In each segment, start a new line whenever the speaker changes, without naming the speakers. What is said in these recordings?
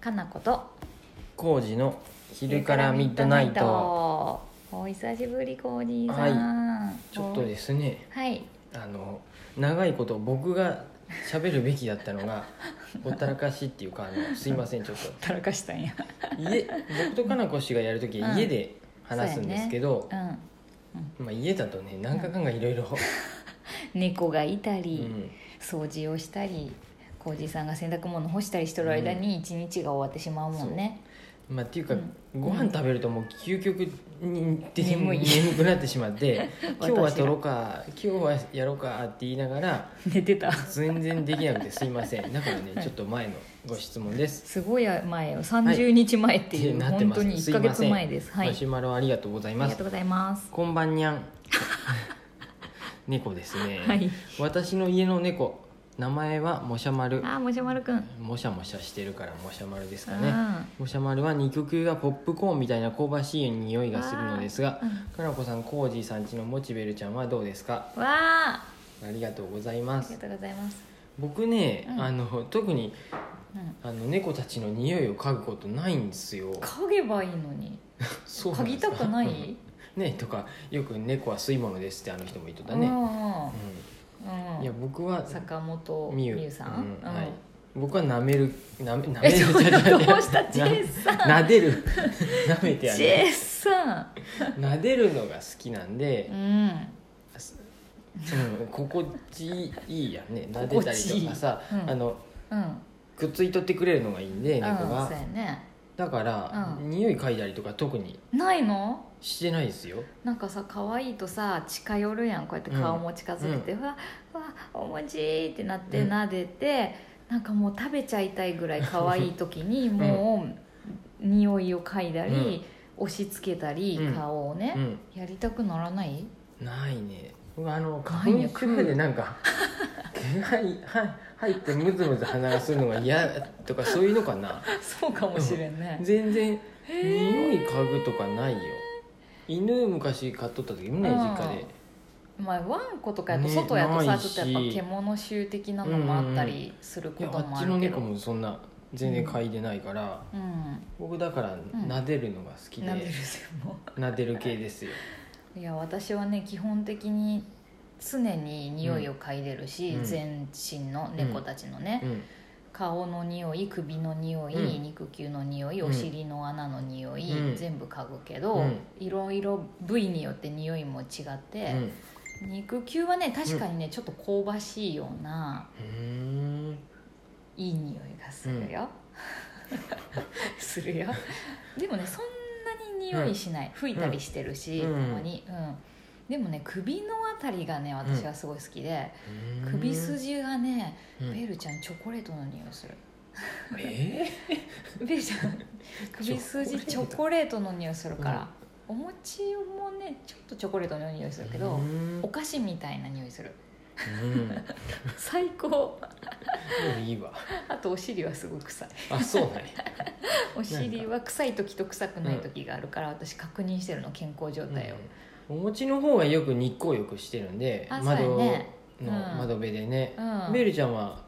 かなこと
工事の昼からミッドナイト。
お久しぶりコージーさん、
ちょっとですね、
はい
あの長いこと僕が喋るべきだったの がほったらかしっていうかあのすいませんちょっと
たらかしたんや
家僕とかなこ氏がやる時
うん
家で話すんですけど、
うん
まあ家だとね何かかんがいろいろ
猫がいた
う
り、
ん
掃除をしたりコージーさんが洗濯物干したりしてる間に一日が終わってしまうもんね、
まあっていうか、
うん
ご飯食べるともう究極にで
眠い
眠くなってしま って「今日は
私が
撮ろうか今日はやろうか」って言いながら
寝てた
全然できなくてすいませんだからねちょっと前のご質問です
すごい前よ30日前っていう、
なって
本
ま
当
す
に1か月前です
いません
はい
マシュマロありがとうござい
あ
ま
りが
す
とうございます
こんばん にゃん猫ですね、
はい
私の家の猫名前はもしゃまる
あーもしゃまるくん、
もしゃもしゃしてるからもしゃまるですかね
あ
もしゃまるは肉球がポップコーンみたいな香ばしい匂いがするのですが
ーうん
かなこさんコージーさんちのモチベルちゃんはどうですか
わあ
ありがとうございま
あり
す
がとうございます、
僕ね、
うん
あの特に
うん、
あの猫たちの匂いを嗅ぐことないんですよ
嗅げばいいのに
そう
嗅
ん
ぎ
です
た
か
くない、
うんねとかよく猫は吸い物ですってあの人も言っとった
うん
ね、
うん
う、
うんん
いや僕は
坂本
み
美
ゆ
優さん、
うんはい、僕は舐めるなめ舐 め
え
る
ちょっとどう したジ
じゃ
ェイさん
なでる 舐めてや
ジ
る
ェイさ ん
なでるのが好きなんで
う、ん
うん、心地いいやんねなでたりとかさ、
心地いいうん
あの
うん
くっついとってくれるのがいいんで猫
う
が
ん、そうやね
だから、
う
匂い嗅いだりとか特に
ないの
してないですよ
なんかさ可愛いとさ近寄るやんこうやって顔も近づけて、うわうわおもちーってなって
うん
撫でて、なんかもう食べちゃいたいぐらい可愛い時 にもう匂いを嗅いだり、押し付けたり、
うん
顔をね
う、ん
やりたくならない
ないね僕あの
な
花
いね
粉症でなんか毛がいは入ってムズムズ鼻がするのが嫌とかそういうのかな
そうかもしれんね、
全然匂い嗅ぐとかないよ犬昔飼っとった時もね
うん
実家で
まあ、ワンコとかやと
ね
外やとさ、
ない
ちょっ
し
とやっぱ獣臭的なのもあったりする
い
こ
や
と
あ
もあ
っち
る
の
けど、
猫
うん
もそんな全然嗅いでないから、僕だから撫でるのが好きで、
なでる専門
撫でる系ですよ
いや私はね基本的に常に匂いを嗅いでるし、
うん
全身の猫たちのね、
うん
顔の匂い首の匂い、
うん
肉球の匂い
うん
お尻の穴の匂い、
うん
全部嗅ぐけど、
うん
いろいろ部位によって匂いも違って、肉球はね確かにね、ちょっと香ばしいような
うんう
いい匂いがするよ、 するよでもねそんなに匂いしない、吹いたりしてるし、
うん
たまに、うん、でもね首のあたりがね私はすごい好きで、
ーん
首筋がね
うん
ベルちゃんチョコレートの匂いする
え
ベルち ゃん首筋チョコレートの匂いするから、お餅もねちょっとチョコレートの匂いする
ー
けど、
うん
お菓子みたいな匂いする
うんも
最高
ういいわ
あとお尻はすごい臭い
あそうなんや
お尻は臭い時と臭くない時があるから私確認してるの健康状態を、
うんお餅の方がよく日光浴してるんで
あそうや
窓
ね
の
うん
窓辺でね
う、ん
ベルちゃんは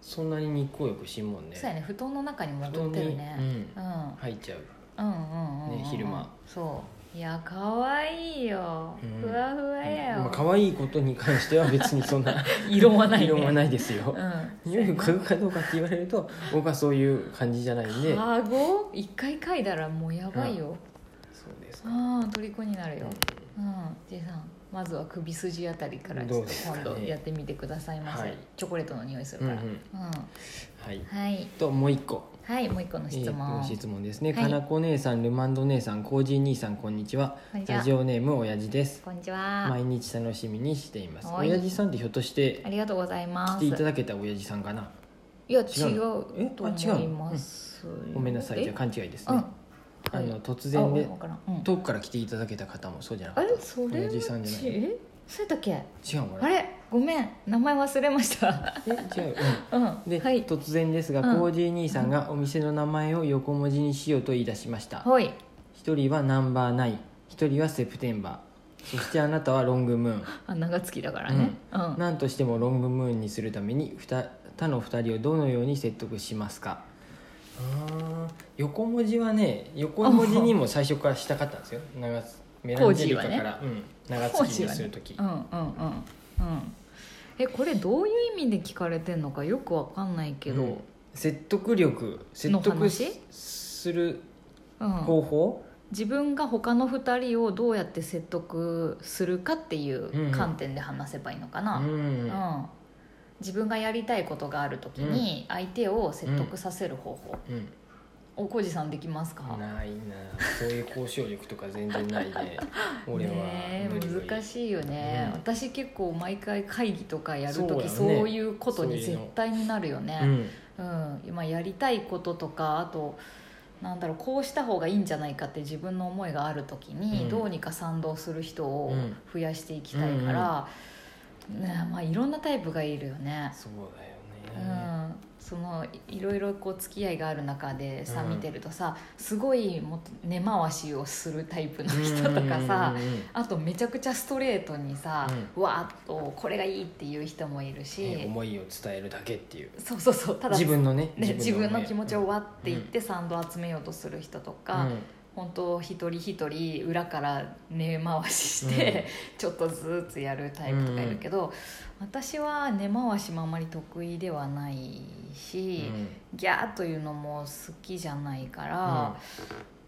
そんなに日光浴しんもんね
そうやね布団の中に
布団
戻っ
に
てるね、うん
入っちゃう
うんうんうんうん、
ね昼間
そういや可愛いよ、
うん
ふわふわやよ、
まあ可愛いことに関しては別にそ んな
異論はないね
異論はないです よ
うん
匂いを嗅ぐかどうかって言われると僕はそういう感じじゃないんで
顎一回嗅いだらもうやばいよ、
そうですか
ああ虜になるよ
う
うん、ジェイさんまずは首筋あたりからちょ
どう
っと
ですかね
今度やってみてくださいませ、
はい
チョコレートの匂いする
んう
か
んう
ら、
ん
うん
はい
はい
ともう一個
はいもう一個の質問、
えーと質問ですね、
はい
かなこ姉さんルマンド姉さんコージー兄さんこんにちは
こんにちは
ラジオネーム親父です
こんにちは、
毎日楽しみにしています
はい
親父さんってひょっとして
ありがとうございま
来
す。
ていた
い
だけた親父さんかな
や違う
違うのえ
と
あ違うの
思いますよ。
ごめんなさいじゃあ
え
勘違いですね、
うん
あ
は
の
い
突然
あ
で
わからんうん
遠くから来ていただけた方もそうじゃなか
あ
っ
れそれ
親父さんじゃない
ちえそうやったっけ？
た違うのか
あ
な
れごめん名前忘れました。
え違う、
うん
うん、で、
はい
突然ですが、
うん
コージー兄さんがお店の名前を横文字にしようと言い出しました
はい
一人はナンバーナイン一人はセプテンバーそしてあなたはロングムーン
あ長月だからね。うん
何としてもロングムーンにするためにふた他の2人をどのように説得しますかあー横文字はね横文字にも最初からしたかったんですよ長津メランジェリカから、うん、長
工
月
事
に
はね
する時、
うんうんうんうんえこれどういう意味で聞かれてんのかよくわかんないけど、
うん説得力説
の
得す
話
する
うん
方法、
自分が他の2人をどうやって説得するかってい
んうん
う観点で話せばいいのか
う
な、うん
ん
自分がやりたいことがある時に相手を説得させる方法、
うん
おこじさんできますか
ないなそういう交渉力とか全然ない で俺は
ねえ
無理無理
難しいよね、
うん
私結構毎回会議とかやる
そうだよ
時
ね
そう,、いうことに
そういう
絶
の
対になるよね
うん
うん、今やりたいこととかあとなんだろうこうした方がいいんじゃないかって自分の思いがある時に、
うん
どうにか賛同する人を
うん
増やしていきたいから、ねまあ、いろんなタイプがいるよね。
そう
う
だよね、
ん、そのいいろいろこう付き合いがある中でさ、
うん
見てるとさすごいもっと根回しをするタイプの人とかさ、
うんうんうんうん
あとめちゃくちゃストレートにさ、わーっとこれがいいっていう人もいるし、
ね思いを伝えるだけっていう
そうそうそうただ
自分のね
ね、自分の気持ちをわ
っ
っていって賛同集めようとする人とか、本当一人一人裏から根回しして、 ちょっとずつやるタイプとかいるけど、私は根回しもあまり得意ではないし、ギャーというのも好きじゃないから、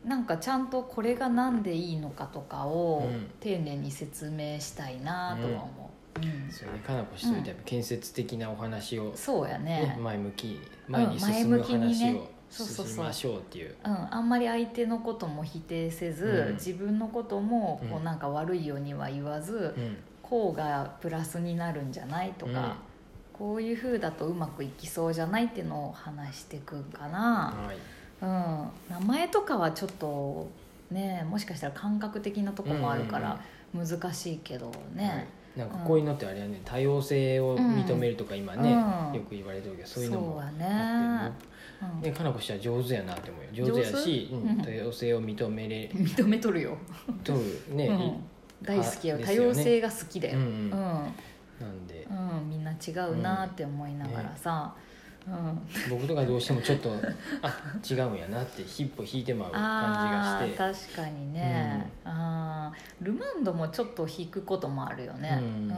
なんかちゃんとこれが何でいいのかとかを
うん
丁寧に説明したいなとは思う。うん
それねかなこしといた建設的なお話を、
そうや
ね
ね
前向きに前に進む
前向きに
話
ね
を
そうそうそう
進みましょうっていう
うん、あんまり相手のことも否定せず、
うん
自分のこともこ
う
うんなんか悪いようには言わず、
うん
こうがプラスになるんじゃないとか、こういうふうだとうまくいきそうじゃないっていうのを話していくかな、
はい
うん名前とかはちょっとねもしかしたら感覚的なとこもあるから難しいけど
はい
ね、
なんかこういうのってあれはね多様性を認めるとか今ね、
うん
よく言われてるけどそういうのもあっ
そ
て
うやねうん
ねかなこしは上手やなって思うよ上手や
上
し
手
うん
うん
多様性を認めれ
認めとるよ、
とるね、
うん、大好きよ
で
多
すよね
様性が好きだ
う
よ、
ん
う
うん
ん
なんで
うん、みんな違うなって思いながらさ、うん
僕とかどうしてもちょっとあ違うんやなって一歩引いてまう
あ
感じ
ー
がして
確かにね、あールマンドもちょっと引くこともあるよね、
う
うんん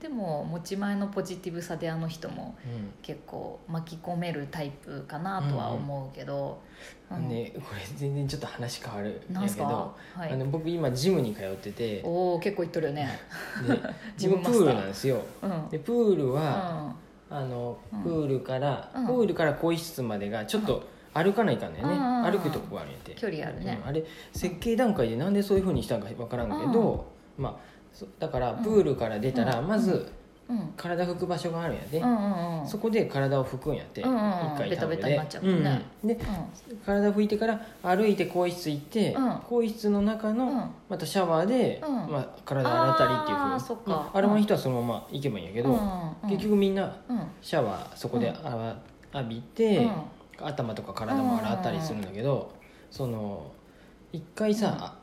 でも持ち前のポジティブさであの人も
うん
結構巻き込めるタイプかなとは思うけど、うん
ね、これ全然ちょっと話変わるん
な
や
んす
け
か、
ど、
は
あの
い、
僕今ジムに通っててで
おお結構いっとるよ ね、ジ
自
ム
分
マス
プー
ター
ルなんですよ
うん
でプールは、
う
あの
うん
プールから、
うん
プールから更衣室までがちょっと歩かないかんだよね、
うんうんうん
歩くとこがあるんやて
距離あるね
うんあれ設計段階でなんでそういうふうにしたんか分からんけど、まあそだから
うん
プールから出たら、
うん
まず
んうん
体拭く場所があるんやで、
うんうんうん
そこで体を拭くんやって、
うんうんうん
一回タオ
ベタベ
ルで
タになっちゃうもんね
うんうんで体拭いてから歩いて更衣室行って、
うん
更衣室の中
う
の、
んうん
またシャワーで、
うん
まあ、体洗ったりっていうふうに
あーそっか
うん洗わん人はそのまま行けばいいんやけど、
うん
結局みんな
うん
シャワーそこで
うん
あわ浴びて、
うん
頭とか体も洗ったりするんだけど、その一回さ、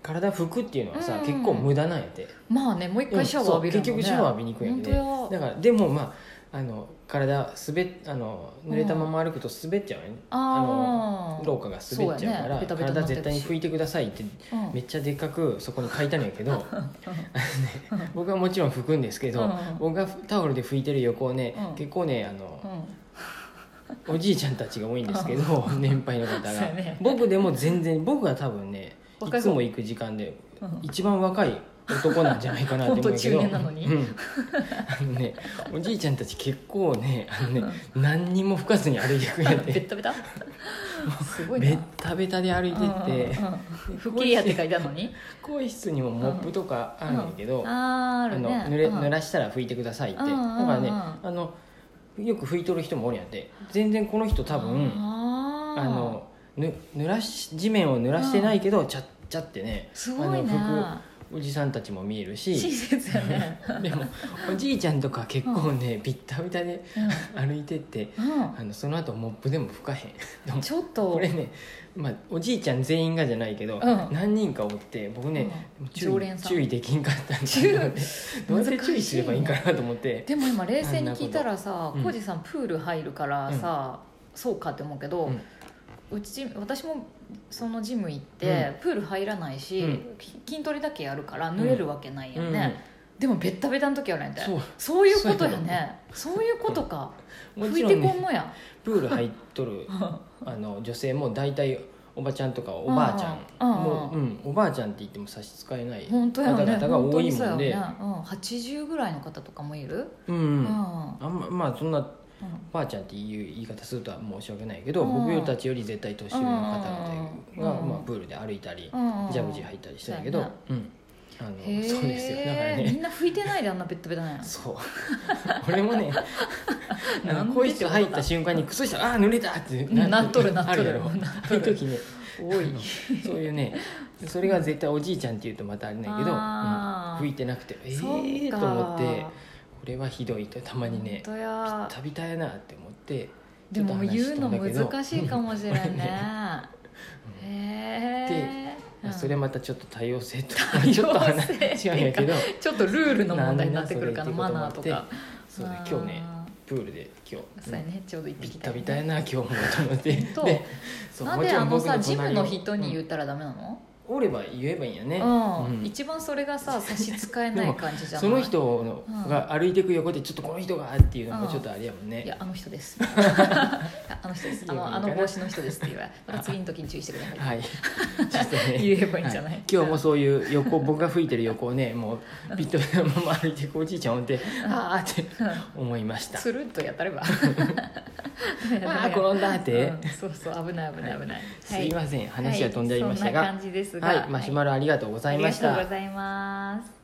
体拭くっていうのはさ、
うん
結構無駄なんやて、
まあねもう一回シャワー浴びるもんね、
うんそう結局シャワー浴びに行くんやね
本当
だ
や
からでもまああの体滑っあの濡れたまま歩くと滑っちゃうよね、
あ
あの
ー
廊下が滑っちゃうか
そうや
ら
ねベタベタにな
体
って
絶
るし
対に拭いてくださいって
うん
めっちゃでっかくそこに書いたんやけ どあのね僕はもちろん拭くんですけど、
うん
僕がタオルで拭いてる横をね、
うん
結構ねあの
う、ん
おじいちゃんたちが多いんですけど 年配の方
そう
が、
やね
僕でも全然僕は多分ね
若
い
い
つ
方
も行く時間で
うん
一番若い男なんじゃないかなって思うんだけど
本当中年なのに
うん、あのねおじいちゃんたち結構ねあのね何にも吹かずに歩いていくんやっ
ベ
て
ッタベタすごいな
ベッタベタで歩いてって
うんうんうん吹き矢って書いてあるのに
更衣室にもモップとかあるんやけど、
あーあ
あ
る
の
ね
濡れ
うん
濡らしたら拭いてくださいって、
うんうんうん
だからねあのよく拭いとる人もおるんやって全然この人多分
あー
あのぬ濡らし地面を濡らしてないけどちゃっちゃってね
すごい
あ
な
の服おじさんたちも見える
親
し
切やね
でもおじいちゃんとか結構ねビッタビタで歩いてって
うんうん
あのその後モップでも拭かへんでも
ちょっと
これね、まあ、おじいちゃん全員がじゃないけ
う
ど、
ん
何人かおって僕ね、
うん
注
常
意
連さん
注意できんかったんだけどねどうやって注意すればいいんかなと思って。
でも今冷静に聞いたらさ
あんなこと
浩二さんプール入るからさそうかって思うけど、うち私もそのジム行って、プール入らないし、
うん
き筋トレだけやるから濡れるわけないよね、でもベッタベタの時あるやんて
そう
そういうことやねそういうことか
も
拭
ち
い
ろ
て
ん、
こん
ね、
のや
プール入っとるあの女性も大体おばちゃんとかおばあちゃ
う
ん
んうん
もう、うん、おばあちゃんって言っても差し支えない
本当やね
方々が多いも
本
んで
当にそうやねうん、80ぐらいの方とかもいる、
うん、
う
うん、
ん
あんままあそんな
うん
ばあちゃんっていう言い方するとは申し訳ないけど、
うん
僕たちより絶対年上の方々が、
うん
まあ、プールで歩いたり、
うん
ジャグジー入ったりしてたけど、うん、あの
へえ
そうですよだから
み
ね
んな拭いてないであんなベッタベタなんや
そう 俺も ねあ
なんで
のこうして入った瞬間に靴下ああー濡れたって
なっとるなっとる
あや
な
ろ
っとる
ああいう時ね
多い
そういうねそれが絶対おじいちゃんっていうとまたあれないけど、
あー
うん、拭いてなくてええ
そっか
ー、と思ってこれはひどいとたまにね
本当や
たびたやなって思って
でも言うの難しいかもしれない
うん
ねへえ
まあそれまたちょっと多様性 と
様性
ちょっと話違うんやけど
ちょっとルールの問題になってくるかなマナーとか
そうね
あー
今日ねプールで今日
そうやねちょうど一
ビ
匹
ッタビタやな今日もと思って
本当
でそう
なん
もち
で
ろ
あ
ん
の
僕
さジ
隣を
ムの人に言
う
っ
ん
たらダメなの
おれば言えばいいんやね
うん、
うん
一番それがさ差し支えない感じじゃない
その人の
うん
が歩いていく横でちょっとこの人がっていうのもちょっとあれやもん
い
ね
やあの人です あの人ですあ
いい
の
よ
あの帽子の人ですって言われまた次の時に注意してください
はい ちょっとね
言えばいいんじゃない
は今日もそういう横僕が吹いてる横をねもうビッタビタのまま歩いていくおじいちゃんをってああって思いました
つるんとやった れば
ああ転んだって
うんそうそう危ない危ない危ない、
すいません
はい
話は飛んでありました
はいそんな
が
感じですが
はいマシュマ
ロ
ロありがとうござ
あ
い
り
ま
が
した
とうございます